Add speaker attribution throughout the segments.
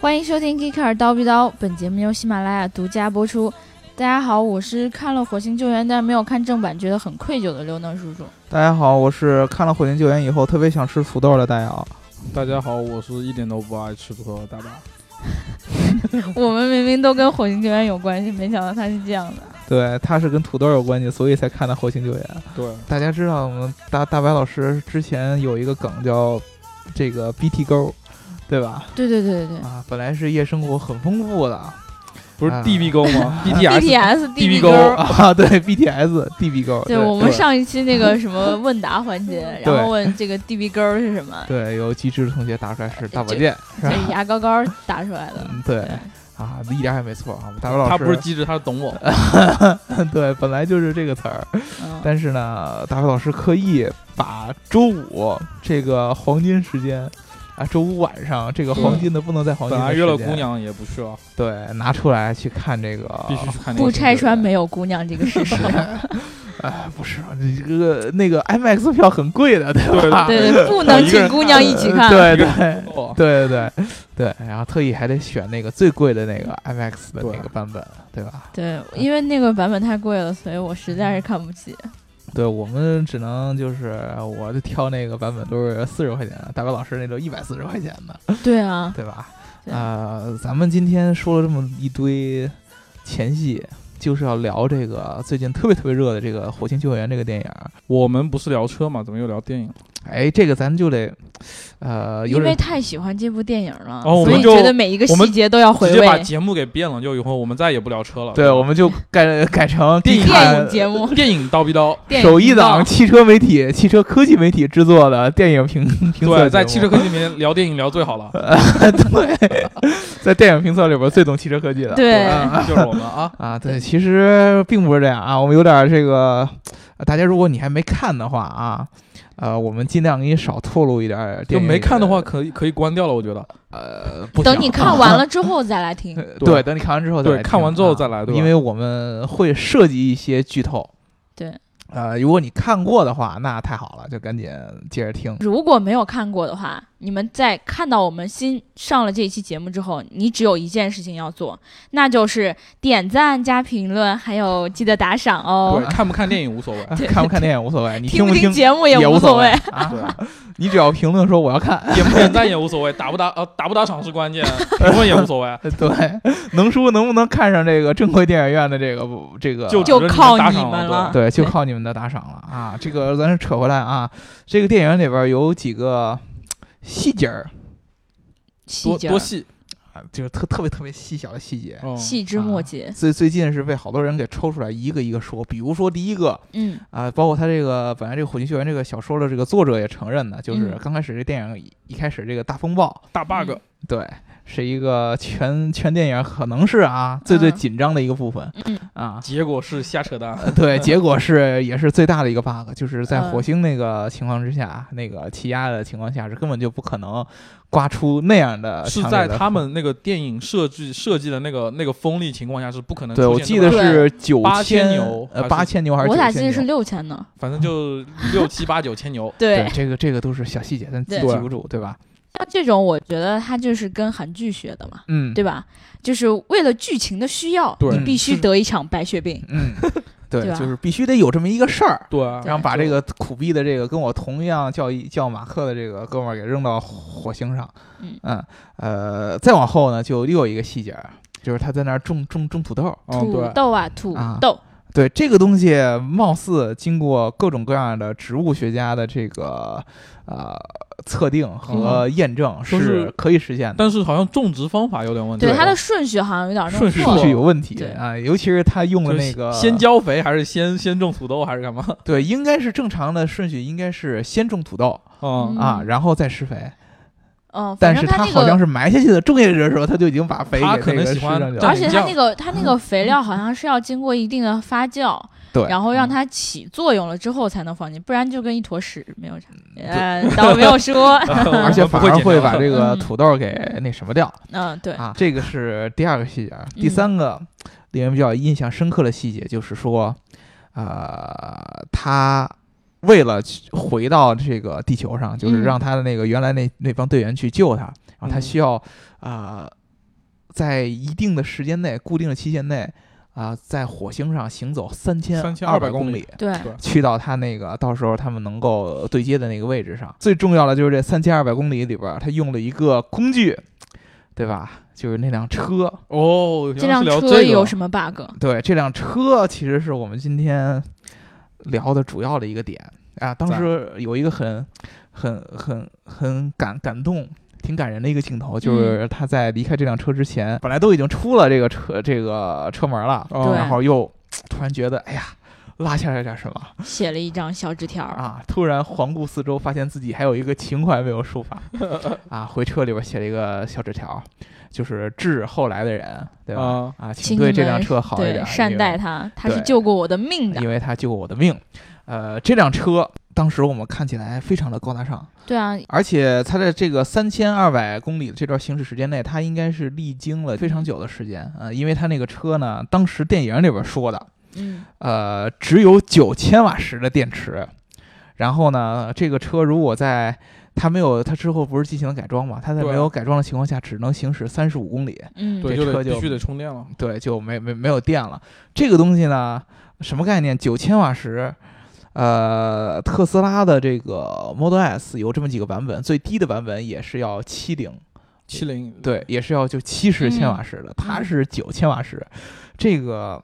Speaker 1: 欢迎收听《Geeker 刀逼刀》，本节目由喜马拉雅独家播出。大家好，我是看了《火星救援》但是没有看正版，觉得很愧疚的刘能叔 叔。
Speaker 2: 大家好，我是看了《火星救援》以后特别想吃土豆的大姚。
Speaker 3: 大家好，我是一点都不爱吃土豆的大巴。
Speaker 1: 我们明明都跟《火星救援》有关系，没想到他是这样的。
Speaker 2: 对，他是跟土豆有关系，所以才看的《火星救援》。
Speaker 3: 对，
Speaker 2: 大家知道，我们大大白老师之前有一个梗叫这个 BT 勾，对吧？
Speaker 1: 对对对对
Speaker 2: 啊，本来是夜生活很丰富的
Speaker 3: 不是
Speaker 2: 啊
Speaker 3: DB 勾 吗？BTS
Speaker 1: ，BTS
Speaker 3: DB
Speaker 1: 勾。
Speaker 3: 勾
Speaker 2: 啊，对 BTS DB 勾，
Speaker 1: 对
Speaker 2: 对
Speaker 1: 我们
Speaker 3: 对
Speaker 1: 上一期那个什么问答环 节，
Speaker 2: 对
Speaker 1: 然后问这个 DB 勾是什么，
Speaker 2: 对有机智的同学答出来是大保健，是
Speaker 1: 这
Speaker 2: 吧？
Speaker 1: 是牙膏膏打出来的。
Speaker 2: 嗯，对
Speaker 1: 对
Speaker 2: 啊，一点也没错啊，我们大白老师
Speaker 3: 他不是机智，他是懂我。
Speaker 2: 哦对，本来就是这个词儿。
Speaker 1: 嗯，
Speaker 2: 但是呢，大飞老师刻意把周五这个黄金时间啊，周五晚上这个黄金的不能再黄
Speaker 3: 本
Speaker 2: 金的
Speaker 3: 来
Speaker 2: 时
Speaker 3: 约
Speaker 2: 间，
Speaker 3: 了姑娘也不去了，啊
Speaker 2: 对拿出来去看这个，
Speaker 3: 必须去看那
Speaker 1: 不
Speaker 3: 个。
Speaker 1: 拆穿没有姑娘这个事 实。
Speaker 2: 哎，不是你这个那个哎 IMAX 票很贵的，对吧？
Speaker 1: 对对，不能请姑娘一起看。
Speaker 2: 对对
Speaker 3: 哦
Speaker 2: 对对对对，然后特意还得选那个最贵的那个 IMAX 的那个
Speaker 3: 对
Speaker 2: 版本，对吧？
Speaker 1: 对，因为那个版本太贵了，所以我实在是看不起。
Speaker 2: 对我们只能就是，我就挑那个版本都是四十块钱的，大白老师那都一百四十块钱的，
Speaker 1: 对啊，
Speaker 2: 对吧？
Speaker 1: 对
Speaker 2: 呃，咱们今天说了这么一堆前戏，就是要聊这个最近特别特别热的这个《火星救援》这个电影。
Speaker 3: 我们不是聊车嘛，怎么又聊电影？
Speaker 2: 哎，这个咱就得，呃，
Speaker 1: 因
Speaker 2: 有
Speaker 1: 为
Speaker 2: 点
Speaker 1: 太喜欢这部电影了，
Speaker 3: 哦我
Speaker 1: 所
Speaker 3: 们
Speaker 1: 以
Speaker 3: 就
Speaker 1: 觉得每一个
Speaker 3: 我们
Speaker 1: 细节都要回
Speaker 3: 直接把
Speaker 1: 味。
Speaker 3: 节目给变了，就以后我们再也不聊车了。
Speaker 2: 对，我们就改改成
Speaker 3: 电影
Speaker 2: 地
Speaker 1: 电
Speaker 2: 产
Speaker 1: 影节目，
Speaker 3: 电影刀逼刀。
Speaker 1: 电影
Speaker 2: 首一
Speaker 1: 频
Speaker 2: 档
Speaker 1: 道
Speaker 2: 汽车媒体、汽车科技媒体制作的电影评评测节目，
Speaker 3: 对，在汽车科技里面聊电影聊最好了，
Speaker 2: 对，在电影评测里边最懂汽车科技的。
Speaker 1: 对
Speaker 3: 嗯就是我们啊。
Speaker 2: 啊，对，其实并不是这样啊，我们有点儿这个，呃大家如果你还没看的话啊，呃，我们尽量给你少透露一点儿
Speaker 3: 就
Speaker 2: 电影
Speaker 3: 没看的话，，可以可以关掉了，我觉得。
Speaker 2: 呃，不
Speaker 1: 等
Speaker 2: 行
Speaker 1: 你看完了之后再来听。
Speaker 2: 呃
Speaker 3: 对
Speaker 2: 对，等你看完之后再
Speaker 3: 对
Speaker 2: 来
Speaker 3: 看
Speaker 2: 听
Speaker 3: 完之后
Speaker 2: 啊
Speaker 3: 再来对吧
Speaker 2: 因为我们会涉及一些剧透。
Speaker 1: 对，
Speaker 2: 呃，如果你看过的话，那太好了，就赶紧接着 听。
Speaker 1: 如果没有看过的话，你们在看到我们新上了这一期节目之后，你只有一件事情要做，那就是点赞加评论，还有记得打赏哦
Speaker 3: 对，。看不看电影无所谓。
Speaker 2: 啊看不看电影无所谓，你
Speaker 1: 听
Speaker 2: 不
Speaker 1: 听
Speaker 2: 听
Speaker 1: 节目
Speaker 2: 也
Speaker 1: 无
Speaker 2: 所
Speaker 1: 谓。
Speaker 2: 啊
Speaker 3: 对。
Speaker 2: 你只要评论说我要看，
Speaker 3: 点不点赞也无所谓，打不打呃打不打赏是关键， 评论也无所谓，
Speaker 2: 对，能叔能不能看上这个正规电影院的这个这个
Speaker 3: 就
Speaker 1: 就
Speaker 3: 指着
Speaker 1: 靠
Speaker 3: 你打
Speaker 1: 你
Speaker 3: 赏
Speaker 1: 们
Speaker 3: 对
Speaker 1: 了
Speaker 2: 对，就靠你们的打赏了啊！这个咱是扯回来啊，这个电影里边有几个细节儿，
Speaker 1: 细
Speaker 3: 多
Speaker 1: 节
Speaker 3: 多细，
Speaker 2: 啊就是特特别特别细小的细节，
Speaker 3: 嗯
Speaker 1: 细枝末节，
Speaker 2: 最最近是被好多人给抽出来一个一个说。比如说第一个
Speaker 1: 嗯，
Speaker 2: 啊、包括他这个本来这个《火星救援》这个小说的这个作者也承认的，就是
Speaker 1: 嗯
Speaker 2: 刚开始这电影一一开始这个大风暴，
Speaker 3: 大 bug，
Speaker 2: 对，是一个全全电影可能是啊最最
Speaker 1: 嗯
Speaker 2: 紧张的一个部分，
Speaker 1: 嗯
Speaker 2: 啊。
Speaker 3: 结果是瞎扯淡，
Speaker 2: 呃对，结果是也是最大的一个 bug，就是在
Speaker 1: 嗯
Speaker 2: 火星那个情况之下，那个气压的情况下是根本就不可能刮出那样的
Speaker 3: 是
Speaker 2: 强烈
Speaker 3: 在
Speaker 2: 的。
Speaker 3: 他们那个电影设计设计的那个那个风力情况下是不可能出
Speaker 2: 对，
Speaker 3: 现
Speaker 2: 我
Speaker 3: 的
Speaker 2: 记得
Speaker 1: 对
Speaker 2: 是九
Speaker 3: 8000
Speaker 2: 千
Speaker 3: 牛
Speaker 2: 呃，八
Speaker 3: 还
Speaker 2: 千牛还是
Speaker 1: 嗯我
Speaker 2: 九
Speaker 1: 咋
Speaker 2: 千
Speaker 1: 记得是
Speaker 2: 牛？
Speaker 1: 六千呢？
Speaker 3: 反正就六七八九千 牛，
Speaker 1: 对
Speaker 2: 对，这个这个都是小细节，咱记
Speaker 1: 对
Speaker 2: 记不住，对吧？
Speaker 1: 像这种，我觉得它就是跟韩剧学的嘛，
Speaker 2: 嗯，
Speaker 1: 对吧？就是为了剧情的需要，
Speaker 3: 对
Speaker 1: 你必须
Speaker 3: 是
Speaker 1: 得一场白血病。
Speaker 2: 嗯，对
Speaker 1: 对，吧
Speaker 2: 就是必须得有这么一个事儿，
Speaker 3: 对啊，
Speaker 2: 然后把
Speaker 3: 就
Speaker 2: 这个苦逼的这个跟我同样叫一叫马克的这个哥们儿给扔到火星上。
Speaker 1: 嗯
Speaker 2: 呃，再往后呢，就又有一个细节儿，就是他在那儿种种种土豆。
Speaker 3: 嗯
Speaker 1: 土
Speaker 3: 对，
Speaker 1: 豆啊，土
Speaker 2: 啊
Speaker 1: 豆，
Speaker 2: 对这个东西，貌似经过各种各样的植物学家的这个呃测定和验证，
Speaker 3: 嗯就是是
Speaker 2: 可以实现的。
Speaker 3: 但是好像种植方法有点问题，
Speaker 1: 对它的顺序好像有点弄
Speaker 3: 顺序
Speaker 1: 错
Speaker 2: 数
Speaker 3: 不
Speaker 1: 了。
Speaker 2: 据有问题
Speaker 1: 对
Speaker 2: 啊，尤其是他用
Speaker 3: 就
Speaker 2: 的
Speaker 3: 是
Speaker 2: 那个
Speaker 3: 先浇肥还是先先种土豆还是干 嘛？
Speaker 2: 对，应该是正常的顺序，应该是先种土豆
Speaker 3: 嗯，
Speaker 2: 啊，
Speaker 1: 嗯
Speaker 2: 然后再施肥。
Speaker 1: 嗯，反
Speaker 2: 但是
Speaker 1: 正
Speaker 2: 他
Speaker 1: 它那
Speaker 2: 好像
Speaker 1: 个，
Speaker 2: 是埋下去的，种下去的时候他就已经把肥
Speaker 3: 他
Speaker 2: 给
Speaker 3: 可
Speaker 2: 那
Speaker 3: 能
Speaker 2: 个
Speaker 3: 喜
Speaker 2: 施
Speaker 3: 欢
Speaker 2: 上去
Speaker 3: 蘸
Speaker 2: 了
Speaker 1: 而
Speaker 3: 蘸。
Speaker 1: 且它
Speaker 3: 酱。
Speaker 1: 那个它那个肥料好像是要经过一定的发酵，
Speaker 2: 对，
Speaker 1: 然后让它起作用了之后才能放进，不然就跟一坨屎没有差。呃，当我没有说
Speaker 3: 我
Speaker 2: 而且
Speaker 3: 们不
Speaker 2: 反而
Speaker 3: 剪
Speaker 2: 会
Speaker 3: 掉
Speaker 2: 把
Speaker 3: 的
Speaker 2: 这个
Speaker 1: 嗯
Speaker 2: 土豆给那什么掉
Speaker 1: 嗯，对，
Speaker 2: 啊，这个是第二个细节啊。第
Speaker 1: 嗯
Speaker 2: 三个令人比较印象深刻的细节就是说，呃，他为了去回到这个地球上，就是
Speaker 1: 嗯
Speaker 2: 让他的那个原来那那帮队员去救他，然后他
Speaker 3: 嗯
Speaker 2: 需要啊、呃在一定的时间内、固定的期限内啊、在火星上行走三千
Speaker 3: 3200
Speaker 2: 公
Speaker 3: 公
Speaker 2: 里
Speaker 3: 里。
Speaker 1: 对
Speaker 3: 对
Speaker 2: 去到它那个到时候他们能够对接的那个位置上。最重要的就是这三千二百公里里边儿，它用了一个工具，对吧？就是那辆车。
Speaker 3: 哦，
Speaker 1: 这
Speaker 3: 原来
Speaker 1: 辆
Speaker 3: 是聊
Speaker 1: 车
Speaker 3: 这个
Speaker 1: 有什么 bug？
Speaker 2: 对，这辆车其实是我们今天聊的主要的一个点啊。当时有一个很、很、很、很感感动。挺感人的一个镜头，就是他在离开这辆车之前，本来都已经出了这个车这个车门了，
Speaker 3: 哦
Speaker 1: 对
Speaker 2: 然后又突然觉得，哎呀，落下了点什么，
Speaker 1: 写了一张小纸 条儿，
Speaker 2: 啊！突然环顾四周，发现自己还有一个情怀没有抒发啊！回车里边写了一个小纸条，就是致后来的人，对吧？
Speaker 3: 啊
Speaker 2: 啊，
Speaker 1: 请
Speaker 2: 请对
Speaker 1: 你
Speaker 2: 这辆
Speaker 1: 们
Speaker 2: 车好一
Speaker 1: 对
Speaker 2: 点，，
Speaker 1: 善
Speaker 2: 因为
Speaker 1: 待他，他是
Speaker 2: 对
Speaker 1: 救过我的命的。
Speaker 2: 因为他救过我的命。呃，这辆车当时我们看起来非常的高大上，
Speaker 1: 对啊，
Speaker 2: 而且它在这个三千二百公里的这段行驶时间内，它应该是历经了非常久的时间啊、呃因为它那个车呢，当时电影里边说的，
Speaker 1: 嗯，
Speaker 2: 呃，只有九千瓦时的电池。然后呢，这个车如果在它没有它之后不是进行了改装嘛，它在
Speaker 3: 对
Speaker 2: 没有改装的情况下，只能行驶三十五公里，
Speaker 1: 嗯，
Speaker 3: 对，
Speaker 2: 这
Speaker 3: 就
Speaker 2: 车
Speaker 3: 得
Speaker 2: 就
Speaker 3: 必须得充电了。
Speaker 2: 对，就没没没有电了。这个东西呢，什么概念？九千瓦时。呃，特斯拉的这个 Model S 有这么几个版本，最低的版本也是要七零，
Speaker 3: 七零，
Speaker 2: 对，也是要就七十千
Speaker 1: 嗯
Speaker 2: 瓦时的，它是九千瓦时，这个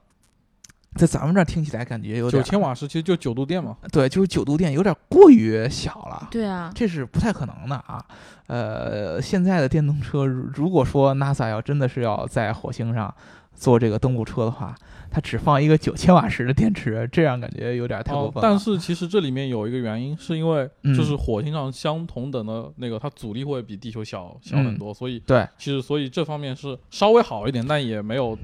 Speaker 2: 在咱们这儿听起来感觉有点
Speaker 3: 九千瓦时其实就九度电嘛。
Speaker 2: 对，就是九度电有点过于小了，
Speaker 1: 对啊，
Speaker 2: 这是不太可能的啊。呃，现在的电动车，如如果说 NASA 要真的是要在火星上做这个登陆车的话，它只放一个九千瓦时的电池，这样感觉有点太过
Speaker 3: 哦，
Speaker 2: 分了。
Speaker 3: 但是其实这里面有一个原因，是因为
Speaker 2: 嗯
Speaker 3: 就是火星上相同等的那个，它阻力会比地球小小
Speaker 2: 嗯
Speaker 3: 很多，所以
Speaker 2: 对
Speaker 3: 其实所以这方面是稍微好一点，但也没有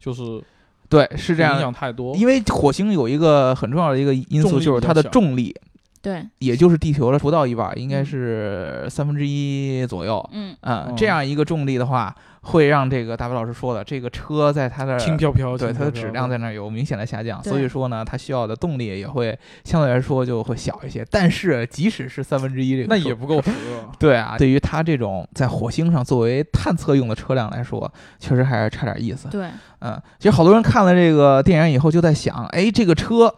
Speaker 3: 就是
Speaker 2: 对，是这
Speaker 3: 影
Speaker 2: 样，
Speaker 3: 响太多。
Speaker 2: 因为火星有一个很重要的一个因
Speaker 3: 重
Speaker 2: 素，
Speaker 3: 力
Speaker 2: 就是
Speaker 3: 比
Speaker 2: 它
Speaker 3: 较
Speaker 2: 的
Speaker 3: 小
Speaker 2: 重力，
Speaker 1: 对，
Speaker 2: 也就是地球的不到一半，应该
Speaker 1: 嗯
Speaker 2: 是三分之一左右。
Speaker 1: 嗯，
Speaker 2: 嗯
Speaker 3: 哦，
Speaker 2: 这样一个重力的话，会让这个大白老师说的这个车在它的
Speaker 3: 轻飘飘，
Speaker 2: 对
Speaker 3: 轻
Speaker 2: 它的
Speaker 3: 飘飘
Speaker 2: 质量在那儿有明显的下降，
Speaker 1: 对
Speaker 2: 所以说呢，它需要的动力也会相对来说就会小一些。但是即使是三分之一这个数，
Speaker 3: 那也不 够使啊
Speaker 2: 对啊。对于它这种在火星上作为探测用的车辆来说，确实还是差点意思。
Speaker 1: 对，
Speaker 2: 嗯，其实好多人看了这个电影以后就在想，哎，这个车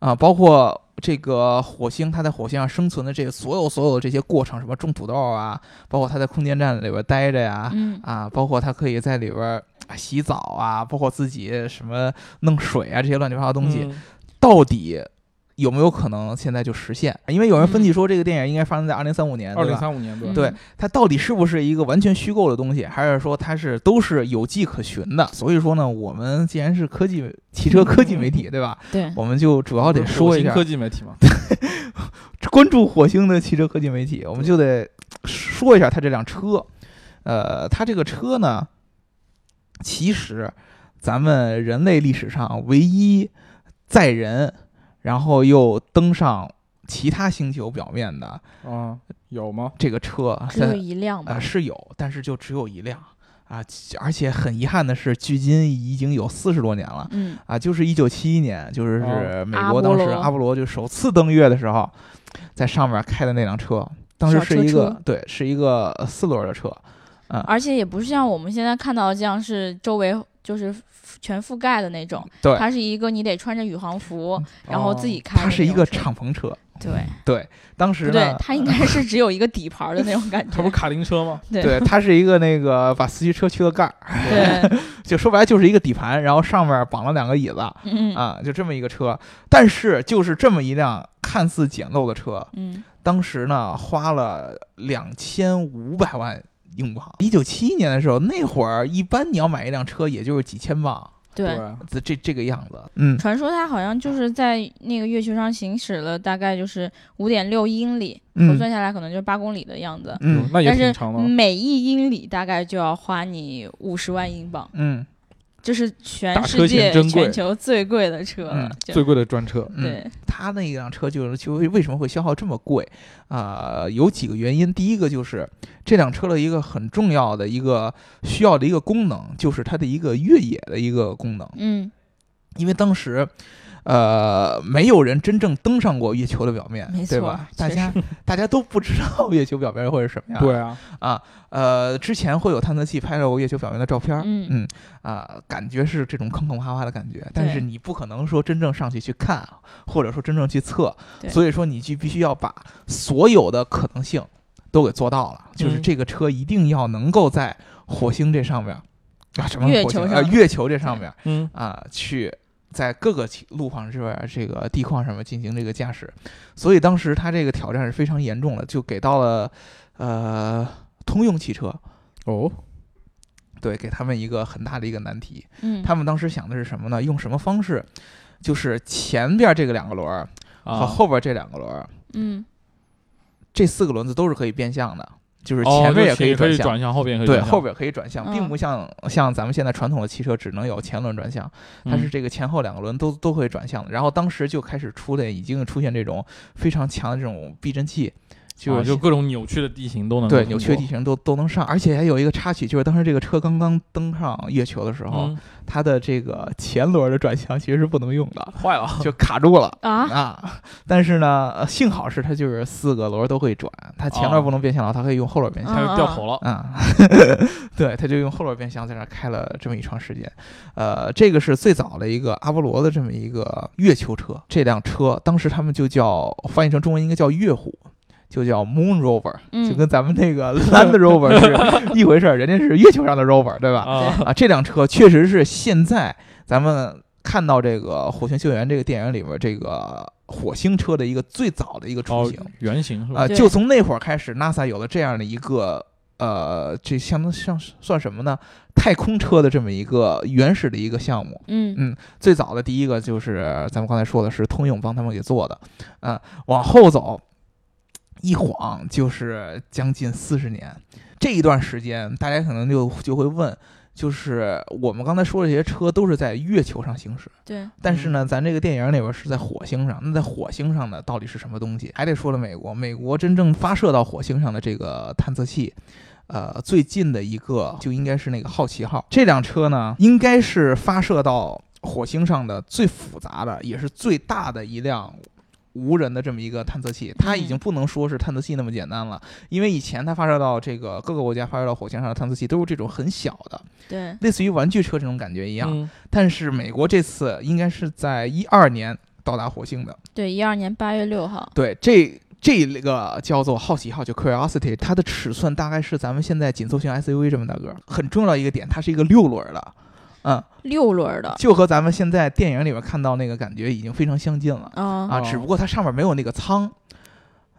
Speaker 2: 啊、包括。这个火星，它在火星上生存的这些所有所有的这些过程，什么种土豆啊，包括它在空间站里边待着呀、
Speaker 1: 嗯，
Speaker 2: 啊，包括他可以在里边儿啊洗澡啊，包括自己什么弄水啊这些乱七八糟东西，
Speaker 3: 嗯
Speaker 2: 到底有没有可能现在就实现？因为有人分析说这个电影应该发生在二零三五年，
Speaker 3: 嗯二
Speaker 2: 对
Speaker 3: 零
Speaker 2: 吧？
Speaker 3: 三五年
Speaker 1: 嗯
Speaker 3: 对吧，
Speaker 2: 对它到底是不是一个完全虚构的东西，还是说它是都是有迹可循的？所以说呢，我们既然是科技汽车科技媒体，对吧？
Speaker 1: 对，
Speaker 2: 我们就主要得说一
Speaker 3: 新
Speaker 2: 下
Speaker 3: 科技媒体嘛，
Speaker 2: 关注火星的汽车科技媒体，我们就得说一下它这辆车。呃，它这个车呢，其实咱们人类历史上唯一载人，然后又登上其他星球表面的
Speaker 3: 啊，有吗？
Speaker 2: 这个车，
Speaker 1: 只有一辆吧
Speaker 2: 呃，是有，但是就只有一辆啊。而且很遗憾的是，距今已经有四十多年了。
Speaker 1: 嗯，
Speaker 2: 啊，就是一九七一年，就是是
Speaker 3: 哦
Speaker 2: 美
Speaker 1: 阿波
Speaker 2: 国当时
Speaker 1: 罗
Speaker 2: 阿波罗就首次登月的时候，在上面开的那辆车，当时
Speaker 1: 小
Speaker 2: 是
Speaker 1: 车
Speaker 2: 一个
Speaker 1: 车
Speaker 2: 对，是一个呃四轮的车，啊
Speaker 1: 而且也不是像我们现在看到的这样，是周围就是全覆盖的那种，
Speaker 2: 对，哦
Speaker 1: 它是一个你得穿着宇航服，然后自己开的那种车。
Speaker 2: 它是一个敞篷车。
Speaker 1: 对
Speaker 2: 当
Speaker 1: 不
Speaker 2: 时
Speaker 1: 对
Speaker 2: 呢？，
Speaker 1: 它应该是只有一个底盘的那种 感
Speaker 3: 啊它不
Speaker 1: 觉
Speaker 3: 是。卡丁车吗？
Speaker 2: 对，它是一个那个把四驱车去了盖儿，
Speaker 1: 对，
Speaker 2: 就说白了就是一个底盘，然后上面绑了两个椅子
Speaker 1: 嗯
Speaker 2: 啊，就这么一个车。但是就是这么一辆看似简陋的车，
Speaker 1: 嗯，
Speaker 2: 当时呢花了两千五百万英镑。一九七一年的时候，那会儿一般你要买一辆车，也就是几千镑，
Speaker 1: 对。
Speaker 2: 这这这个样子。嗯，
Speaker 1: 传说它好像就是在那个月球上行驶了大概就是五点六英里，核算下来可能就是八公里的样子。
Speaker 2: 嗯
Speaker 3: 那也
Speaker 1: 但
Speaker 3: 挺
Speaker 1: 是
Speaker 3: 长的。
Speaker 1: 每一英里大概就要花你五十万英镑，
Speaker 2: 嗯
Speaker 1: 这是全
Speaker 3: 打
Speaker 1: 世
Speaker 3: 车
Speaker 1: 界
Speaker 3: 嫌真贵
Speaker 1: 全球最贵的车了。
Speaker 2: 嗯
Speaker 1: 就
Speaker 3: 最贵的专车，
Speaker 2: 嗯，
Speaker 1: 对，
Speaker 2: 他那辆车就是就为什么会消耗这么贵啊、有几个原因。第一个就是这辆车的一个很重要的一个需要的一个功能，就是它的一个越野的一个功能。
Speaker 1: 嗯
Speaker 2: 因为当时。呃，没有人真正登上过月球的表面
Speaker 1: 没，
Speaker 2: 对
Speaker 1: 错
Speaker 2: 吧？
Speaker 1: 确
Speaker 2: 大家大家都不知道月球表面会是什么样。
Speaker 3: 对啊，
Speaker 2: 啊，呃，之前会有探测器拍到过月球表面的照片儿，
Speaker 1: 嗯
Speaker 2: 嗯啊、感觉是这种坑坑洼洼的感觉，但
Speaker 1: 对
Speaker 2: 是你不可能说真正上去去看，啊或者说真正去测，
Speaker 1: 对
Speaker 2: 所以说你就必须要把所有的可能性都给做到了，就是
Speaker 3: 嗯
Speaker 2: 这个车一定要能够在火星这上面儿啊，什么
Speaker 1: 月
Speaker 2: 火星
Speaker 1: 球
Speaker 2: 呃
Speaker 1: 上
Speaker 2: 月球这上面儿
Speaker 3: 嗯，
Speaker 2: 啊去。在各个其路况之外，这个地况上面进行这个驾驶，所以当时他这个挑战是非常严重的，就给到了呃通用汽车，
Speaker 3: 哦，
Speaker 2: 对，给他们一个很大的一个难题。
Speaker 1: 嗯，
Speaker 2: 他们当时想的是什么呢？用什么方式？就是前边这个两个轮儿和
Speaker 3: 啊，
Speaker 2: 后边这两个轮儿，
Speaker 1: 嗯
Speaker 2: 这四个轮子都是可以变向的，就是
Speaker 3: 哦
Speaker 2: 前面也
Speaker 3: 就
Speaker 2: 可
Speaker 3: 是
Speaker 2: 以
Speaker 3: 可
Speaker 2: 转
Speaker 3: 以
Speaker 2: 向，
Speaker 3: 转向，后边也可以
Speaker 2: 对，
Speaker 3: 转向
Speaker 2: 后边可以转向，并
Speaker 1: 嗯
Speaker 2: 不像像咱们现在传统的汽车只能有前轮转向，它是
Speaker 3: 嗯
Speaker 2: 这个前后两个轮都都会转向的。然后当时就开始出的已经出现这种非常强的这种避震器，就
Speaker 3: 啊
Speaker 2: 是
Speaker 3: 就各种扭曲的地形都能
Speaker 2: 对
Speaker 3: 通
Speaker 2: 扭曲的
Speaker 3: 过
Speaker 2: 地形都都能上，而且还有一个插曲，就是当时这个车刚刚登上月球的时候，
Speaker 3: 嗯
Speaker 2: 它的这个前轮的转向其实是不能用 的，
Speaker 3: 坏了，
Speaker 2: 就卡住了。
Speaker 1: 啊，
Speaker 2: 啊，但是呢，呃幸好是它就是四个轮儿都会转，它前
Speaker 3: 哦
Speaker 2: 轮不能变向了，它可以用后轮变向
Speaker 3: 它就掉头了。
Speaker 2: 啊。 对，它就用后轮变向在那儿开了这么一长时间。呃，这个是最早的一个阿波罗的这么一个月球车，这辆车当时他们就叫翻译成中文应该叫月虎。就叫 Moon Rover，就
Speaker 1: 嗯
Speaker 2: 跟咱们那个 Land Rover 是一回事儿，人家是月球上的 Rover，对吧？
Speaker 3: 啊，
Speaker 2: 啊，这辆车确实是现在咱们看到这个《火星救援》这个电影里边这个火星车的一个最早的一个雏
Speaker 3: 哦
Speaker 2: 形，
Speaker 3: 圆形是吧？
Speaker 2: 啊，
Speaker 1: 对
Speaker 2: 就从那会儿开始，NASA 有了这样的一个呃，这相当像算什么呢？太空车的这么一个原始的一个项目。
Speaker 1: 嗯
Speaker 2: 嗯最早的第一个就是咱们刚才说的是通用帮他们给做的，啊，往后走一晃就是将近四十年。这一段时间，大家可能就就会问，就是我们刚才说的这些车都是在月球上行驶，
Speaker 1: 对，
Speaker 2: 但是呢，咱这个电影里边是在火星上。那在火星上呢，到底是什么东西？还得说了美国，美国真正发射到火星上的这个探测器。呃，最近的一个就应该是那个好奇号，这辆车呢，应该是发射到火星上的最复杂的，也是最大的一辆无人的这么一个探测器。它已经不能说是探测器那么简单了，因为以前它发射到这个各个国家发射到火星上的探测器都是这种很小的，
Speaker 1: 对，
Speaker 2: 类似于玩具车这种感觉一样。
Speaker 3: 嗯
Speaker 2: 但是美国这次应该是在一二年到达火星的。
Speaker 1: 对，一二年八月六号，
Speaker 2: 对，这这个叫做好奇号，就 Curiosity，它的尺寸大概是咱们现在紧凑型 SUV 这么大个儿。很重要一个点，它是一个六轮儿的，嗯，
Speaker 1: 六轮儿的，
Speaker 2: 就和咱们现在电影里面看到那个感觉已经非常相近了
Speaker 1: 啊，
Speaker 2: 啊，
Speaker 3: 哦
Speaker 2: 只不过它上面没有那个舱。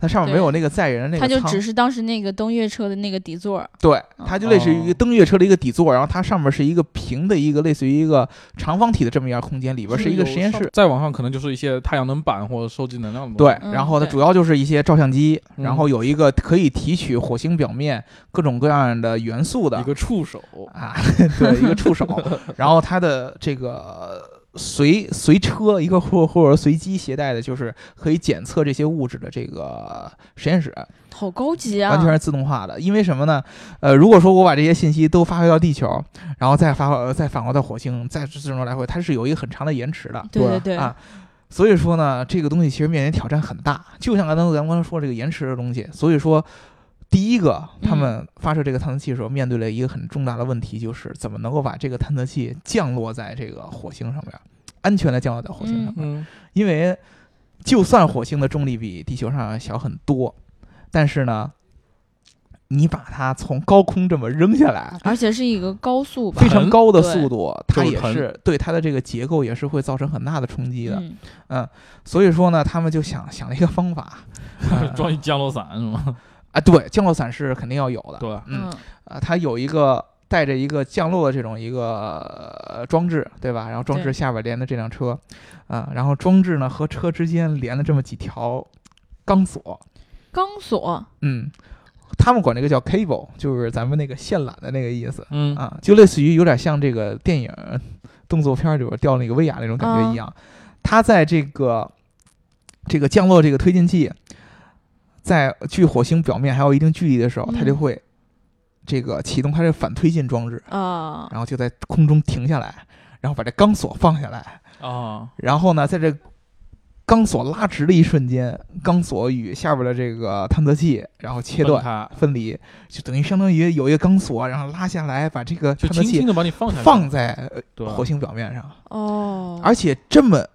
Speaker 2: 它上面
Speaker 1: 对
Speaker 2: 没有那个载人的那
Speaker 1: 它
Speaker 2: 个
Speaker 1: 就
Speaker 2: 舱，
Speaker 1: 只是当时那个登月车的那个底座儿，
Speaker 2: 对，它就类似于
Speaker 3: 哦
Speaker 2: 登月车的一个底座，然后它上面是一个平的一个类似于一个长方体的这么一样空间，里边是一个实验室，
Speaker 3: 再往上可能就是一些太阳能板或者收集能量的东
Speaker 2: 对
Speaker 3: 西。，
Speaker 1: 嗯
Speaker 2: 然后它
Speaker 1: 对
Speaker 2: 主要就是一些照相机，
Speaker 3: 嗯
Speaker 2: 然后有一个可以提取火星表面各种各样的元素的
Speaker 3: 一个触手，
Speaker 2: 啊， 对，一个触 手，然后它的这个。随随车一个或或者随机携带的，就是可以检测这些物质的这个实验室，
Speaker 1: 好高级啊，
Speaker 2: 完全是自动化的。因为什么呢？呃，如果说我把这些信息都发回到地球，然后再发回再返回到火星，再自动来回，它是有一个很长的延迟的。
Speaker 1: 对
Speaker 3: 对
Speaker 1: 对对，
Speaker 2: 啊。所以说呢，这个东西其实面临挑战很大，就像刚才咱们刚才说这个延迟的东西。所以说，第一个，
Speaker 1: 嗯
Speaker 2: 他们发射这个探测器的时候，面对了一个很重大的问题，就是怎么能够把这个探测器降落在这个火星上面，安全的降落在火星上面。
Speaker 3: 嗯，
Speaker 2: 因为就算火星的重力比地球上小很多，但是呢，你把它从高空这么扔下来，
Speaker 1: 而且是一个高速吧
Speaker 2: 非，常
Speaker 3: 疼
Speaker 2: 高的
Speaker 1: 对
Speaker 2: 速度，它
Speaker 3: 就是
Speaker 2: 也
Speaker 3: 疼
Speaker 2: 是对它的这个结构也是会造成很大的冲击的。
Speaker 1: 嗯，
Speaker 2: 所以说呢，他们就想想了一个方法， 啊
Speaker 3: 装一降落伞是吗？
Speaker 2: 啊，对，降落伞是肯定要有的，
Speaker 3: 对，
Speaker 2: 嗯，
Speaker 1: 嗯
Speaker 2: 啊，它有一个带着一个降落的这种一个、呃装置，对吧？然后装置
Speaker 1: 对
Speaker 2: 下边连的这辆车，啊，然后装置呢和车之间连了这么几条钢索，
Speaker 1: 钢索，
Speaker 2: 嗯，他们管这个叫 cable，就是咱们那个线缆的那个意思
Speaker 3: 嗯，
Speaker 2: 啊，就类似于有点像这个电影动作片里边吊那个威亚那种感
Speaker 3: 哦
Speaker 2: 觉一样，它在这个这个降落这个推进器在距火星表面还有一定距离的时候，它
Speaker 1: 嗯
Speaker 2: 就会这个启动它这个反推进装置，
Speaker 1: 啊，
Speaker 2: 然后就在空中停下来，然后把这钢索放下来，
Speaker 3: 啊，
Speaker 2: 然后呢，在这钢索拉直的一瞬间，钢索与下边的这个探测器然后切断
Speaker 3: 它，
Speaker 2: 分离，就等于相当于有一个钢索，然后拉下来，把这个
Speaker 3: 就
Speaker 2: 探测
Speaker 3: 轻轻
Speaker 2: 器
Speaker 3: 的把你放下来，
Speaker 2: 放在
Speaker 3: 对
Speaker 2: 火星表面上。
Speaker 1: 哦，
Speaker 2: 而且这么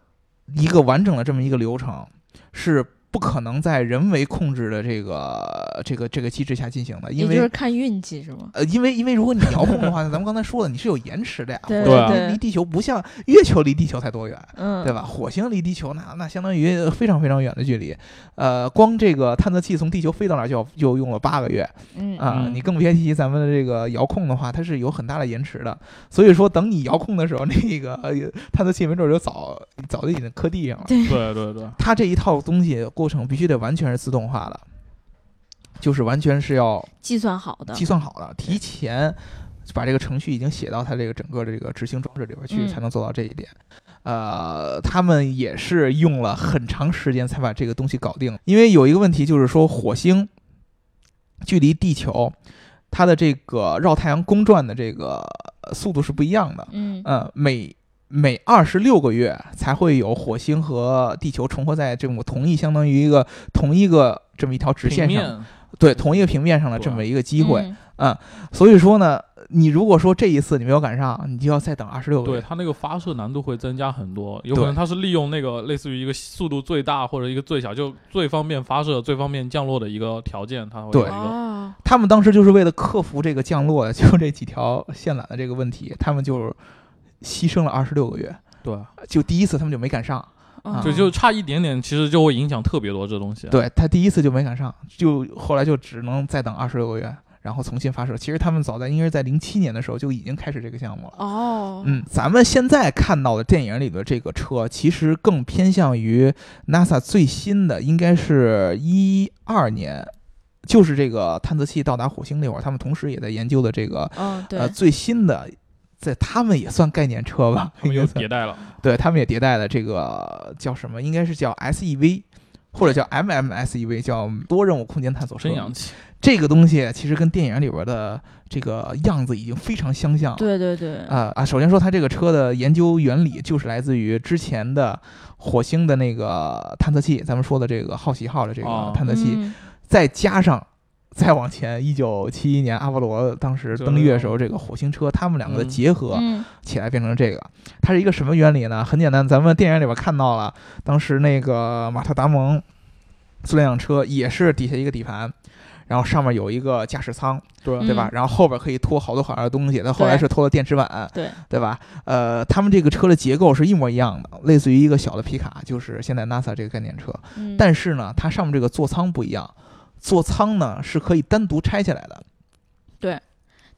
Speaker 2: 一个完整的这么一个流程是不可能在人为控制的这个这个这个机制下进行的，
Speaker 1: 也
Speaker 2: 因
Speaker 1: 就是
Speaker 2: 为。
Speaker 1: 看运气是吗？
Speaker 2: 呃，因为因为如果你遥控的话， 咱们刚才说了，你是有延迟的呀。
Speaker 1: 对
Speaker 2: 火星
Speaker 3: 对
Speaker 1: 啊
Speaker 2: 离离地球不像月球离地球才多远，
Speaker 1: 嗯，
Speaker 2: 对吧？？火星离地球那那相当于非常非常远的距离，呃，光这个探测器从地球飞到哪儿就要就用了八个月
Speaker 1: 嗯
Speaker 2: 啊、
Speaker 3: 嗯
Speaker 2: 你更别提咱们的这个遥控的话，它是有很大的延迟的。所以说，等你遥控的时候，那个呃探测器没准儿就早早就已经磕地上了。
Speaker 3: 对对对，
Speaker 2: 它这一套东西过程必须得完全是自动化的，就是完全是要
Speaker 1: 计算好的，
Speaker 2: 计算好了，提前把这个程序已经写到它这个整个的这个执行装置里边去，
Speaker 1: 嗯
Speaker 2: 才能做到这一点。呃，他们也是用了很长时间才把这个东西搞定，因为有一个问题就是说，火星距离地球它的这个绕太阳公转的这个呃速度是不一样的，
Speaker 1: 嗯
Speaker 2: 呃，每每二十六个月才会有火星和地球重合在这么同一，相当于一个同一个这么一条直
Speaker 3: 平
Speaker 2: 线上，
Speaker 3: 面
Speaker 2: 对，同一个平面上的这
Speaker 3: 对
Speaker 2: 么一个机会。
Speaker 1: 嗯
Speaker 2: 所以说呢，你如果说这一次你没有赶上，你就要再等二十六个
Speaker 3: 对
Speaker 2: 月。
Speaker 3: 它那个发射难度会增加很多，有
Speaker 2: 对
Speaker 3: 可能它是利用那个类似于一个速度最大或者一个最小，就最方便发射、最方便降落的一个条件，它会有
Speaker 2: 对
Speaker 3: 一个
Speaker 1: 哦，
Speaker 2: 他们当时就是为了克服这个降落就这几条线缆的这个问题，他们就牺牲了二十六个月。
Speaker 3: 对，
Speaker 2: 就第一次他们就没赶上，啊
Speaker 1: 哦
Speaker 3: 就就差一点点，其实就会影响特别多这东西。
Speaker 2: 对他第一次就没赶上，就后来就只能再等二十六个月，然后重新发射。其实他们早在应该是在零七年的时候就已经开始这个项目了。
Speaker 1: 哦，
Speaker 2: 嗯，咱们现在看到的电影里的这个车，其实更偏向于 NASA 最新的，应该是一二年，就是这个探测器到达火星那会儿，他们同时也在研究的这个
Speaker 1: 嗯，对
Speaker 2: 呃，最新的，在他们也算概念车吧，
Speaker 3: 他们又
Speaker 2: 应该算
Speaker 3: 迭代了，
Speaker 2: 对他们也迭代了这个叫什么？应该是叫 SEV。或者叫 MMSEV，叫 E 多任务空间探索车
Speaker 3: 真。洋气。
Speaker 2: 这个东西其实跟电影里边的这个样子已经非常相像了。
Speaker 1: 对对对，
Speaker 2: 啊啊！首先说，它这个车的研究原理就是来自于之前的火星的那个探测器，咱们说的这个好奇号的这个
Speaker 3: 哦
Speaker 2: 探测器，
Speaker 1: 嗯
Speaker 2: 再加上再往前，一九七一年阿波罗当时登月时候这个火星车，他们两个的
Speaker 3: 嗯
Speaker 2: 结合
Speaker 1: 嗯
Speaker 2: 起来变成这个。它是一个什么原理呢？很简单，咱们电影里边看到了，当时那个马特达蒙坐那辆车也是底下一个底盘。然后上面有一个驾驶舱，
Speaker 3: 对
Speaker 2: 对吧？
Speaker 1: 嗯
Speaker 2: 然后后边可以拖好多好多的东西，它后来是拖了电池板，
Speaker 1: 对，
Speaker 2: 对吧？呃，他们这个车的结构是一模一样的，类似于一个小的皮卡，就是现在 NASA 这个概念车。
Speaker 1: 嗯
Speaker 2: 但是呢，它上面这个座舱不一样，座舱呢是可以单独拆下来的。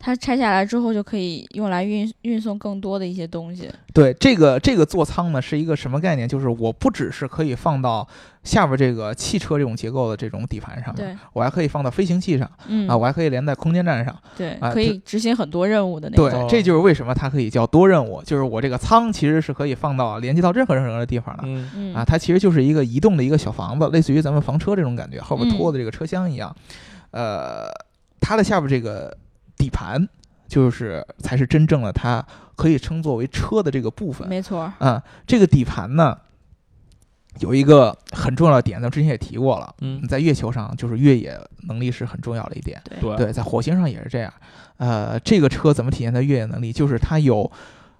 Speaker 1: 它拆下来之后就可以用来运运送更多的一些东西。
Speaker 2: 对，这个这个座舱呢是一个什么概念？就是我不只是可以放到下边这个汽车这种结构的这种底盘上面，
Speaker 1: 对，
Speaker 2: 我还可以放到飞行器上
Speaker 1: 嗯
Speaker 2: 啊，我还可以连在空间站上。
Speaker 1: 对，
Speaker 2: 啊
Speaker 1: 可
Speaker 2: 这
Speaker 1: 以执行很多任务的那种。
Speaker 2: 对，这就是为什么它可以叫多任务，就是我这个舱其实是可以放到连接到任何任何的地方的。
Speaker 3: 嗯，
Speaker 1: 嗯
Speaker 2: 啊，它其实就是一个移动的一个小房子，类似于咱们房车这种感觉，后边
Speaker 1: 嗯
Speaker 2: 拖的这个车厢一样。呃，它的下边这个底盘就是才是真正的它可以称作为车的这个部分。
Speaker 1: 没错儿，
Speaker 2: 啊，这个底盘呢，有一个很重要的点，咱们之前也提过了。
Speaker 3: 嗯，
Speaker 2: 在月球上，就是越野能力是很重要的一点。
Speaker 1: 对
Speaker 3: 对
Speaker 2: 对，在火星上也是这样。呃，这个车怎么体现它越野能力？就是它有，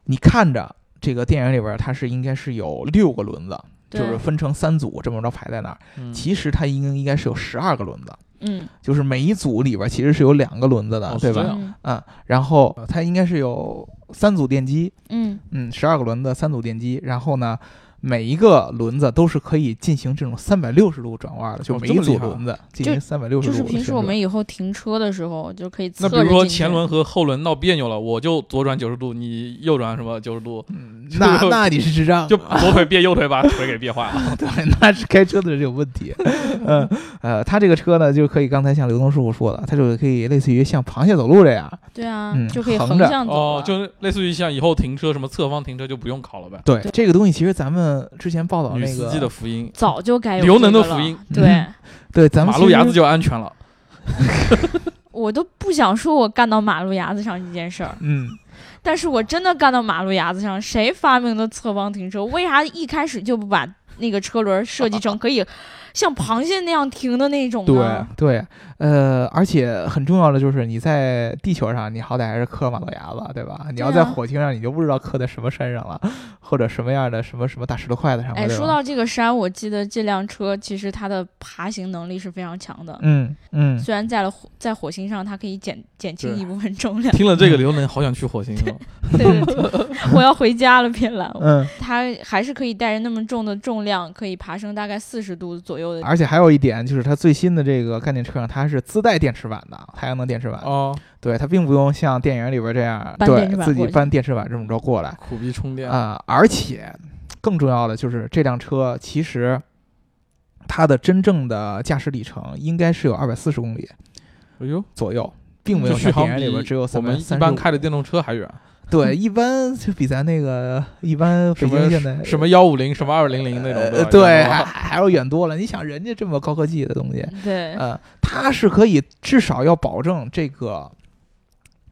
Speaker 2: 你看着这个电影里边，它是应该是有六个轮子，就
Speaker 1: 对
Speaker 2: 是分成三组这么着排在那儿。
Speaker 3: 嗯
Speaker 2: 其实它应应该是有十二个轮子，
Speaker 1: 嗯，
Speaker 2: 就是每一组里边其实是有两个轮子的，
Speaker 3: 哦
Speaker 2: 对
Speaker 3: 是这
Speaker 2: 吧？
Speaker 3: 样
Speaker 1: 嗯
Speaker 2: 嗯，然后呃它应该是有三组电机，
Speaker 1: 嗯
Speaker 2: 嗯，十二个轮子，三组电机，然后呢，每一个轮子都是可以进行这种三百六十度转弯的，就
Speaker 3: 哦
Speaker 2: 每
Speaker 3: 这
Speaker 2: 一
Speaker 3: 么厉
Speaker 2: 组
Speaker 3: 害
Speaker 2: 轮子进行三百六十
Speaker 1: 就是
Speaker 2: 度的
Speaker 1: 平时
Speaker 2: 旋
Speaker 1: 我们
Speaker 2: 转。
Speaker 1: 以后停车的时候就可以侧
Speaker 3: 那
Speaker 1: 着
Speaker 3: 比如说
Speaker 1: 进去
Speaker 3: 前轮和后轮闹别扭了，我就左转九十度，你右转什么九十度，
Speaker 2: 嗯 那
Speaker 3: 就
Speaker 2: 那你是智障，
Speaker 3: 就左腿别右腿，把腿给别坏了。
Speaker 2: 对，那是开车的人有问 题。嗯呃，它这个车呢，就可以刚才像刘东师傅说的，它就可以类似于像螃蟹走路这样，
Speaker 1: 对啊，
Speaker 2: 嗯
Speaker 1: 就可以
Speaker 2: 横
Speaker 1: 横
Speaker 2: 着
Speaker 1: 向走
Speaker 3: 哦
Speaker 1: 了，
Speaker 3: 就是类似于像以后停车什么侧方停车就不用考了呗。
Speaker 2: 对
Speaker 1: 对
Speaker 2: 这个东西，其实咱们之前报道
Speaker 3: 女
Speaker 2: 哦那
Speaker 3: 司机的
Speaker 2: 个，
Speaker 3: 福音，
Speaker 1: 早就该有
Speaker 3: 刘
Speaker 1: 这
Speaker 3: 能
Speaker 1: 个
Speaker 3: 的福
Speaker 1: 了
Speaker 3: 音
Speaker 1: 对
Speaker 2: 嗯，对，咱们
Speaker 3: 马路牙子
Speaker 2: 就
Speaker 3: 就安 全了。
Speaker 1: 我都不想说我干到马路牙子上这件事儿。
Speaker 2: 嗯，
Speaker 1: 但是我真的干到马路牙子上，谁发明的侧方停车？为啥一开始就不把那个车轮设计成可以像螃蟹那样停的那种
Speaker 2: 对
Speaker 1: 呢？
Speaker 2: 对，呃，而且很重要的就是你在地球上，你好歹还是磕马路牙子，对吧？你要在
Speaker 1: 对啊
Speaker 2: 火星上，你就不知道磕在什么山上了，或者什么样的什么什么大石头块子上了。
Speaker 1: 哎，
Speaker 2: 对吧
Speaker 1: 说到这个山，我记得这辆车其实它的爬行能力是非常强的。
Speaker 2: 嗯嗯，
Speaker 1: 虽然在了火在火星上，它可以减减轻
Speaker 3: 对
Speaker 1: 一部分重 量。
Speaker 3: 听了这个留言，好想去火星哦。
Speaker 1: 对对对，我要回家了，别拦我。
Speaker 2: 嗯，
Speaker 1: 它还是可以带着那么重的重量，可以爬升大概四十度左右的
Speaker 2: 而且还有一点就是它最新的这个概念车上，它是自带电池板的太阳能电池板，
Speaker 3: 哦，
Speaker 2: 对，它并不用像电影里边这样
Speaker 1: 搬
Speaker 2: 对
Speaker 1: 电池板
Speaker 2: 自己
Speaker 1: 过去
Speaker 2: 搬电池板这么着过来
Speaker 3: 苦逼充电，
Speaker 2: 啊、而且更重要的就是这辆车其实它的真正的驾驶里程应该是有二百四十公里
Speaker 3: 哎呦，
Speaker 2: 左右。并没
Speaker 3: 这
Speaker 2: 有
Speaker 3: 续
Speaker 2: 像
Speaker 3: 航
Speaker 2: 电影里边只有
Speaker 3: 我
Speaker 2: 三百
Speaker 3: 们
Speaker 2: 三十
Speaker 3: 一般开的电动车还远，
Speaker 2: 对，一般 就比咱那个一般北
Speaker 3: 什
Speaker 2: 京现在
Speaker 3: 么什么幺五零，什么二零零那种
Speaker 2: 呃
Speaker 3: 的，
Speaker 2: 对，还
Speaker 3: 吧
Speaker 2: 还要远多了。你想人家这么高科技的东西，
Speaker 3: 嗯
Speaker 1: 对，
Speaker 2: 呃，它是可以至少要保证这个，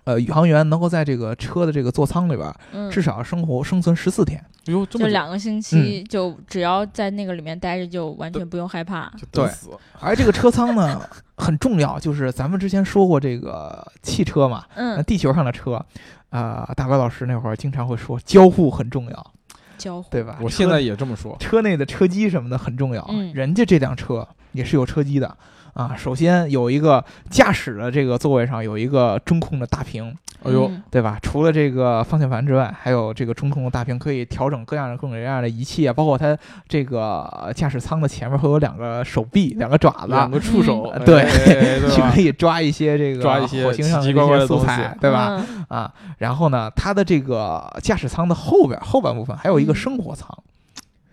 Speaker 2: 呃，宇航员能够在这个车的这个座舱里边儿
Speaker 1: 嗯，
Speaker 2: 至少生活生存十四天。
Speaker 3: 哎呦，这
Speaker 1: 就
Speaker 3: 么久
Speaker 1: 两个星
Speaker 2: 嗯
Speaker 1: 期，就只要在那个里面待着，就完全不用害怕。
Speaker 3: 就等
Speaker 2: 对
Speaker 3: 死
Speaker 2: 而哎这个车舱呢很重要，就是咱们之前说过这个汽车嘛，那
Speaker 1: 嗯，
Speaker 2: 地球上的车，啊、大白老师那会儿经常会说交互很重要，
Speaker 1: 交互。
Speaker 2: 对吧？
Speaker 3: 我现在也这么说，
Speaker 2: 车内的车机什么的很重要。
Speaker 1: 嗯
Speaker 2: 人家这辆车也是有车机的啊。首先有一个驾驶的这个座位上有一个中控的大屏，
Speaker 3: 哎呦，
Speaker 1: 嗯
Speaker 2: 对吧？除了这个方向盘之外，还有这个中控的大屏可以调整各样的各种各样的仪器啊，包括它这个呃驾驶舱的前面会有两个手臂、 两个爪
Speaker 3: 两
Speaker 2: 子。
Speaker 3: 个触手，
Speaker 2: 嗯对
Speaker 3: 哎哎对
Speaker 2: 去
Speaker 3: 吧
Speaker 2: 可以抓一些这个
Speaker 3: 抓一些
Speaker 2: 火星上
Speaker 3: 奇奇
Speaker 2: 这
Speaker 3: 怪怪
Speaker 2: 些
Speaker 3: 的
Speaker 2: 素
Speaker 3: 东西
Speaker 2: 材，对吧？？
Speaker 1: 嗯
Speaker 2: 啊，然后呢，它的这个驾驶舱的后边后半部分还有一个
Speaker 1: 嗯
Speaker 2: 生活舱，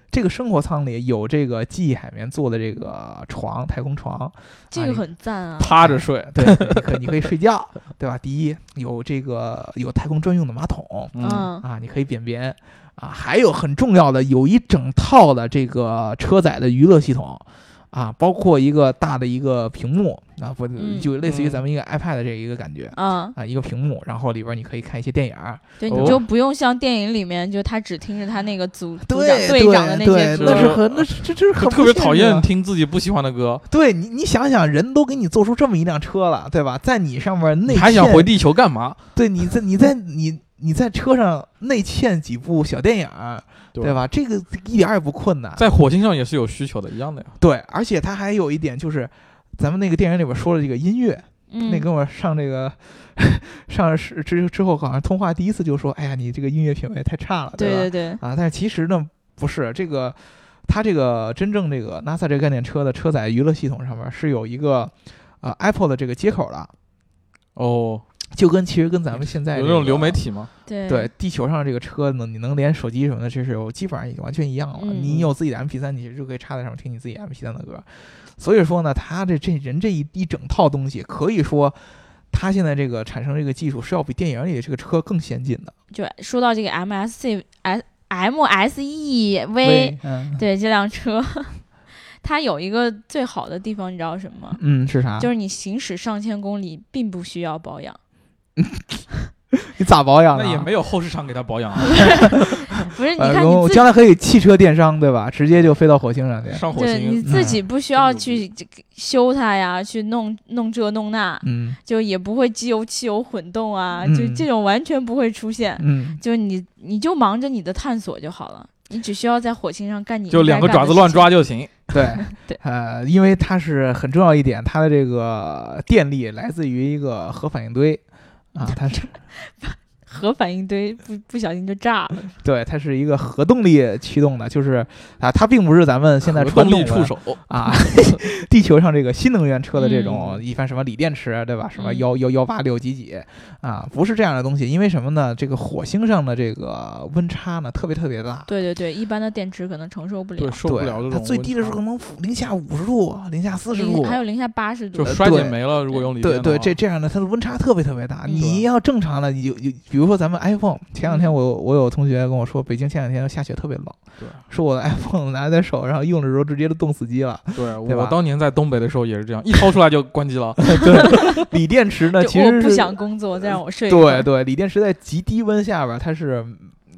Speaker 2: 这个生活舱里有这个记忆海绵做的这个床，太空床，
Speaker 1: 这个
Speaker 2: 哎
Speaker 1: 很赞啊！
Speaker 3: 趴着睡，
Speaker 2: 对，你可你可以睡觉，对吧？第一有这个有太空专用的马桶
Speaker 3: 嗯，
Speaker 1: 嗯，
Speaker 2: 啊，你可以便便啊，还有很重要的有一整套的这个车载的娱乐系统。啊，包括一个大的一个屏幕啊，不
Speaker 1: 嗯
Speaker 2: 就类似于
Speaker 3: 嗯
Speaker 2: 咱们一个 iPad 的这一个感觉
Speaker 1: 啊，
Speaker 2: 啊，一个屏幕，然后里边你可以看一些电影儿，
Speaker 1: 对，
Speaker 3: 哦
Speaker 1: 你就不用像电影里面，就他只听着他那个组组长
Speaker 2: 对
Speaker 1: 队长的那些歌，
Speaker 2: 对那是
Speaker 3: 歌
Speaker 2: 很那是这这是
Speaker 1: 嗯
Speaker 2: 很
Speaker 3: 特别讨
Speaker 2: 不现实
Speaker 3: 厌
Speaker 2: 的。
Speaker 3: 听自己不喜欢的歌，
Speaker 2: 对你你想想，人都给你做出这么一辆车了，对吧？在你上面内
Speaker 3: 你还想
Speaker 2: 嵌
Speaker 3: 回？地球干嘛？
Speaker 2: 对你在你在你你在车上内嵌几部小电影儿，
Speaker 3: 对
Speaker 2: 对吧？这个一点儿也不困难。
Speaker 3: 在火星上也是有需求的，一样的呀。
Speaker 2: 对，而且它还有一点就是。咱们那个电影里边说的这个音乐，
Speaker 1: 嗯，
Speaker 2: 那哥们儿上这个上是之之后，好像通话第一次就说：“哎呀，你这个音乐品味太差了，
Speaker 1: 对
Speaker 2: 吧？”
Speaker 1: 对对，
Speaker 2: 啊，但是其实呢，不是这个，它这个真正这个 NASA 这个概念车的车载娱乐系统上面是有一个呃 Apple 的这个接口的，
Speaker 3: 哦，
Speaker 2: 就跟其实跟咱们现在、
Speaker 3: 有那种流媒。体吗？
Speaker 1: 对
Speaker 2: 对，地球上这个车呢，你能连手机什么的，这是有基本上已经完全一样了。
Speaker 1: 嗯
Speaker 2: 你有自己的 MP 3你就可以插在上面听你自己 MP 3的歌。所以说呢，它这这人这一一整套东西，可以说，它现在这个产生这个技术是要比电影里的这个车更先进的。
Speaker 1: 就说到这个 MSC S MSEV，
Speaker 2: 喂，嗯
Speaker 1: 对这辆车，它有一个最好的地方，你知道什么吗？
Speaker 2: 嗯，是啥？
Speaker 1: 就是你行驶上千公里并不需要保养，
Speaker 2: 你咋保养的
Speaker 3: 那
Speaker 2: 啊？
Speaker 3: 也没有后市场给他保养啊，
Speaker 1: 不是？你
Speaker 2: 呃，
Speaker 1: 看
Speaker 2: 我
Speaker 1: 你
Speaker 2: 我
Speaker 1: 自己，
Speaker 2: 将来可以汽车电商，对吧？直接就飞到火星上去。
Speaker 3: 上火
Speaker 1: 对你
Speaker 3: 星嗯
Speaker 1: 自己不需要
Speaker 3: 真牛
Speaker 1: 去修它呀，去弄弄这弄那，
Speaker 2: 嗯
Speaker 1: 就也不会机油汽油混动啊，
Speaker 2: 嗯
Speaker 1: 就这种完全不会出现。
Speaker 2: 嗯，
Speaker 1: 就你你就忙着你的探索就好了，你只需要在火星上干你
Speaker 3: 就
Speaker 1: 应该
Speaker 3: 两个
Speaker 1: 干的
Speaker 3: 爪子乱
Speaker 1: 事
Speaker 3: 抓就行。
Speaker 2: 对
Speaker 1: 对
Speaker 2: 呃，因为它是很重要一点，它的这个电力来自于一个核反应堆啊，它 是
Speaker 1: 情，核反应堆不不小心就炸了。
Speaker 2: 对，它是一个核动力驱动的，就是啊，它并不是咱们现在
Speaker 3: 核
Speaker 2: 传
Speaker 3: 动
Speaker 2: 统
Speaker 3: 力
Speaker 2: 的
Speaker 3: 触手，
Speaker 2: 啊，地球上这个新能源车的这种
Speaker 1: 嗯
Speaker 2: 一般什么锂电池，对吧？什么
Speaker 1: 嗯
Speaker 2: 幺幺幺八六几几啊，不是这样的东西，因为什么呢？这个火星上的这个温差呢特别特别大，
Speaker 1: 对对对，一般的电池可能承受不
Speaker 3: 对，
Speaker 1: 了，
Speaker 3: 受不
Speaker 2: 对
Speaker 3: 了这种啊
Speaker 2: 它最低的时候可
Speaker 3: 温
Speaker 2: 能负零下五十度、零下四十
Speaker 1: 零
Speaker 2: 度，
Speaker 1: 还有零下八十
Speaker 3: 差就
Speaker 1: 度。
Speaker 2: 呃
Speaker 3: 衰减
Speaker 2: 对
Speaker 3: 没了。如果用锂
Speaker 2: 对
Speaker 3: 电的
Speaker 2: 对，
Speaker 3: 话
Speaker 2: 这这样的它的温差特别特别大。
Speaker 1: 嗯
Speaker 2: 你要正常的，你有有，比如如说咱们 iPhone，前两天我我有同学跟我说，北京前两天下雪特别冷，
Speaker 3: 对
Speaker 2: 说我的 iPhone 拿在手上用的时候直接都冻死机了。
Speaker 3: 对
Speaker 2: 对吧
Speaker 3: 我当年在东北的时候也是这样，一掏出来就关机了。
Speaker 2: 对，锂电池呢，其
Speaker 1: 就我
Speaker 2: 实
Speaker 1: 不
Speaker 2: 是
Speaker 1: 想工作，再让我睡一会
Speaker 2: 对
Speaker 1: 儿。
Speaker 2: 对，锂电池在极低温下边，它是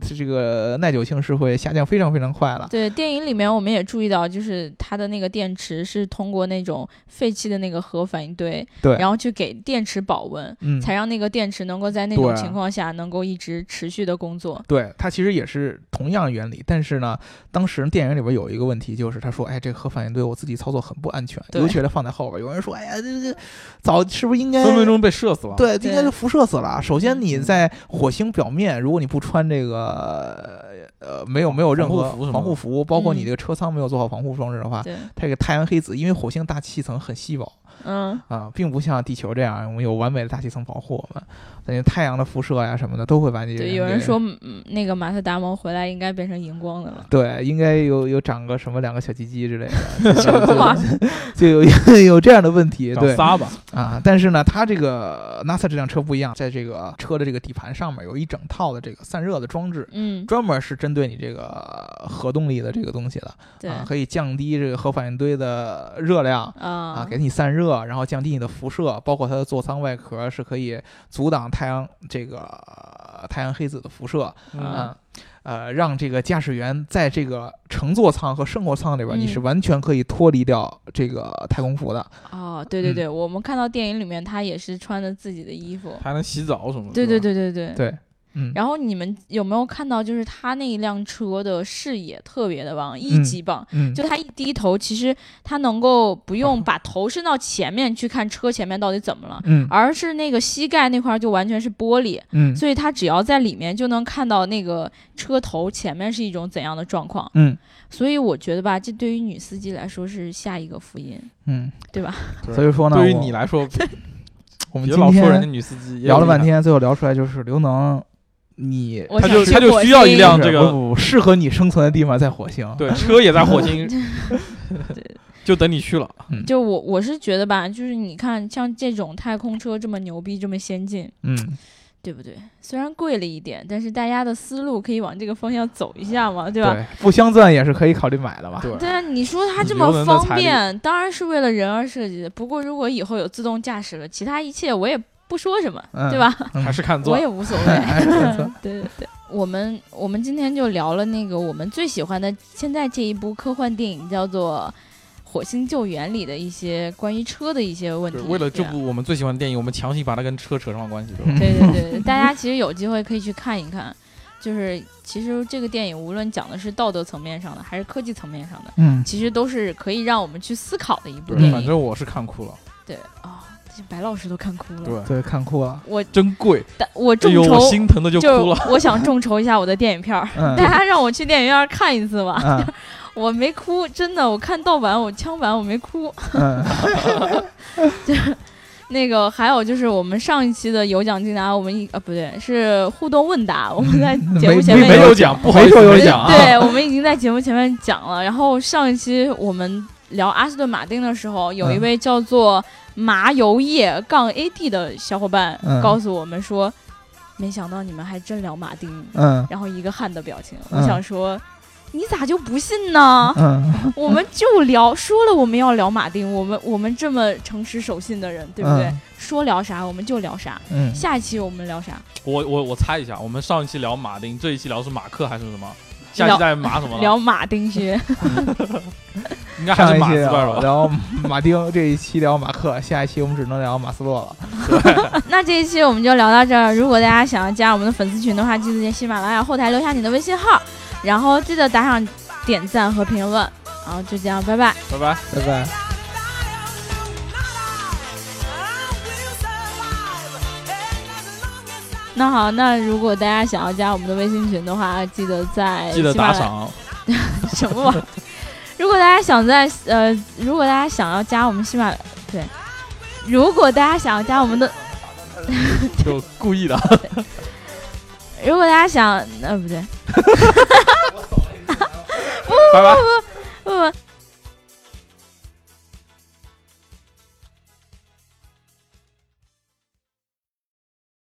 Speaker 2: 它这个耐久性是会下降非常非常快了。
Speaker 1: 对电影里面我们也注意到，就是它的那个电池是通过那种废弃的那个核反应堆，
Speaker 2: 对
Speaker 1: 然后去给电池保温，
Speaker 2: 嗯，啊
Speaker 1: 才让那个电池能够在那种
Speaker 3: 对
Speaker 1: 情况下能够一直持续的工作。
Speaker 2: 对，它其实也是同样原理，但是呢，当时电影里边有一个问题，就是他说，哎，这个核反应堆我自己操作很不安全，
Speaker 1: 对
Speaker 2: 尤其是放在后边。有人说，哎呀，这个早是不是应该
Speaker 3: 分分钟被射死了。
Speaker 2: 对，
Speaker 1: 对
Speaker 2: 应该是辐射死了。首先，你
Speaker 3: 嗯
Speaker 2: 在火星表面，如果你不穿这个呃没有没有任
Speaker 3: 防护
Speaker 2: 何
Speaker 3: 服什么
Speaker 2: 防护
Speaker 3: 的嗯
Speaker 2: 服，包括你
Speaker 1: 嗯
Speaker 2: 这个车舱没有做好防护装置的话，
Speaker 1: 对，
Speaker 2: 它这个太阳黑子，因为火星大气层很稀薄
Speaker 1: 嗯，
Speaker 2: 啊，并不像地球这样我们有完美的大气层保护我们，等于太阳的辐射呀什么的都会把你
Speaker 1: 对，有人说嗯那个马特达蒙回来应该变成荧光的了。
Speaker 2: 对，应该有有长个什么两个小鸡鸡之类
Speaker 1: ，
Speaker 2: 的
Speaker 1: 什么玩意儿？
Speaker 2: 就有 有这样的问题，
Speaker 3: 找
Speaker 2: 对
Speaker 3: 仨吧，
Speaker 2: 啊。但是呢，它这个 NASA 这辆车不一样，在这个车的这个底盘上面有一整套的这个散热的装置，
Speaker 1: 嗯，
Speaker 2: 专门是针对你这个呃核动力的这个东西的
Speaker 1: 对，
Speaker 2: 啊，可以降低这个核反应堆的热量。啊，
Speaker 1: 啊
Speaker 2: 给你散热，然后降低你的辐射，包括它的座舱外壳是可以阻挡太阳这个呃太阳黑子的辐射，
Speaker 1: 嗯
Speaker 2: 啊，呃，让这个驾驶员在这个乘坐舱和生活舱里边，你是
Speaker 1: 嗯
Speaker 2: 完全可以脱离掉这个太空服的。
Speaker 1: 哦，对对
Speaker 2: 嗯
Speaker 1: 对，我们看到电影里面他也是穿着自己的衣服。
Speaker 3: 还能洗澡什么的。
Speaker 1: 对对
Speaker 3: 是吧，
Speaker 1: 对对对。
Speaker 2: 啊对，嗯，
Speaker 1: 然后你们有没有看到，就是他那一辆车的视野特别的棒，一
Speaker 2: 嗯
Speaker 1: 级棒。
Speaker 2: 嗯，
Speaker 1: 就他一低头，其实他能够不用把头伸到前面去看车前面到底怎么了，
Speaker 2: 嗯
Speaker 1: 而是那个膝盖那块儿就完全是玻璃，
Speaker 2: 嗯
Speaker 1: 所以他只要在里面就能看到那个车头前面是一种怎样的状况。
Speaker 2: 嗯
Speaker 1: 所以我觉得吧，这对于女司机来说是下一个福音，
Speaker 2: 嗯，
Speaker 1: 对吧？
Speaker 3: 对
Speaker 2: 所以说呢，
Speaker 3: 对于
Speaker 2: 我
Speaker 3: 你 来说，
Speaker 2: 我们
Speaker 3: 别
Speaker 2: 今
Speaker 3: 老说人家
Speaker 2: 天
Speaker 3: 女司机，
Speaker 2: 聊了半，天，最后聊出来就是刘能，你
Speaker 1: 我
Speaker 3: 啊他
Speaker 1: 想
Speaker 3: 就
Speaker 1: 去
Speaker 3: 他就
Speaker 1: 火
Speaker 3: 需要一
Speaker 1: 星
Speaker 3: 辆
Speaker 2: 不是
Speaker 3: 这
Speaker 2: 不
Speaker 3: 个
Speaker 2: 不不适合你生存的地方在火星。
Speaker 3: 对，车也在火星
Speaker 1: 对，
Speaker 3: 就等你去了。
Speaker 1: 就我我是觉得吧，就是你看像这种太空车这么牛逼，这么先进，
Speaker 2: 嗯，
Speaker 1: 对不对？虽然贵了一点，但是大家的思路可以往这个方向走一下嘛，对吧？
Speaker 2: 对，不镶钻也是可以考虑买的吧？
Speaker 3: 对
Speaker 1: 对啊，你说它这
Speaker 3: 刘
Speaker 1: 么
Speaker 3: 能的
Speaker 1: 方
Speaker 3: 财力
Speaker 1: 便，当然是为了人而设计的。不过如果以后有自动驾驶了，其他一切我也不说什么，
Speaker 2: 嗯
Speaker 1: 对吧？
Speaker 3: 还是看
Speaker 1: 我
Speaker 3: 钻。
Speaker 1: 也无 所谓。
Speaker 3: 哎
Speaker 1: 对对对，我们我们今天就聊了那个我们最喜欢的现在这一部科幻电影，叫做《火星救援》里的一些关于车的一些问题
Speaker 3: 对。为了这
Speaker 1: 对啊
Speaker 3: 部我们最喜欢的电影，我们强行把它跟车扯上了关系，对吧？
Speaker 2: 嗯
Speaker 1: 对对对，对大家其实有机会可以去看一看。就是其实这个电影无论讲的是道德层面上的，还是科技层面上的，
Speaker 2: 嗯，
Speaker 1: 其实都是可以让我们去思考的一部
Speaker 3: 对
Speaker 1: 电
Speaker 2: 嗯
Speaker 1: 影。
Speaker 3: 反正我是看哭了，
Speaker 1: 对啊，这白老师都看哭了。
Speaker 3: 对，
Speaker 2: 对，看哭了。，
Speaker 1: 我
Speaker 3: 真贵，
Speaker 1: 但我
Speaker 3: 哎
Speaker 1: 众
Speaker 3: 呦，我
Speaker 1: 筹
Speaker 3: 心疼的就哭了。
Speaker 1: 是我想众筹一下我的电影 票儿
Speaker 2: 嗯
Speaker 1: 大家让我去电影院看一次吧。
Speaker 2: 嗯
Speaker 1: 我没哭，真的，我看盗版，我枪版我没哭。
Speaker 2: 嗯
Speaker 1: 那个还有就是我们上一期的有奖竞答，我们一啊不对是互动问答，我们在
Speaker 3: 嗯
Speaker 1: 节目
Speaker 2: 没
Speaker 1: 前面
Speaker 2: 没
Speaker 1: 已
Speaker 3: 有
Speaker 1: 经
Speaker 3: 奖，不好
Speaker 2: 没
Speaker 3: 意思，
Speaker 2: 说有
Speaker 3: 没
Speaker 2: 奖啊
Speaker 1: 对，我们已经在节目前面讲了。然后上一期我们聊阿斯顿马丁的时候，有一
Speaker 2: 嗯
Speaker 1: 位叫做麻油叶杠 AD 的小伙伴
Speaker 2: 嗯
Speaker 1: 告诉我们说，没想到你们还真聊马丁。
Speaker 2: 嗯
Speaker 1: 然后一个汗的表情，
Speaker 2: 嗯？
Speaker 1: 我想说。你咋就不信呢
Speaker 2: 嗯，
Speaker 1: 我们就聊，说了我们要聊马丁，我们我们这么诚实守信的人，对不对？
Speaker 2: 嗯
Speaker 1: 说聊啥我们就聊啥。
Speaker 2: 嗯，
Speaker 1: 下一期我们聊啥？
Speaker 3: 我我我猜一下，我们上一期聊马丁，这一期聊是马克还是什么？下
Speaker 1: 聊
Speaker 3: 期再马什么了？
Speaker 1: 聊马丁学。
Speaker 3: 应该还
Speaker 2: 上
Speaker 3: 是
Speaker 2: 一
Speaker 3: 马
Speaker 2: 期
Speaker 3: 字辈儿
Speaker 2: 聊
Speaker 3: 吧？
Speaker 2: 聊马丁，这一期聊马克，下一期我们只能聊马斯洛了。
Speaker 1: 那这一期我们就聊到这儿。如果大家想要加我们的粉丝群的话，记得在喜马拉雅后台留下你的微信号，然后记得打赏、点赞和评论。然后就这样，拜拜。
Speaker 3: 拜拜。
Speaker 2: 拜拜。
Speaker 1: 那好，那如果大家想要加我们的微信群的话，记得在
Speaker 3: 记得
Speaker 1: 喜马拉
Speaker 3: 打
Speaker 1: 雅
Speaker 3: 赏，
Speaker 1: 什么玩意儿？如果大家想在呃，如果大家想要加我们喜马，对，如果大家想要呃加我们的，
Speaker 3: 就故意的。
Speaker 1: 如果大家想，呃，不对，
Speaker 3: 拜拜。
Speaker 1: 不不，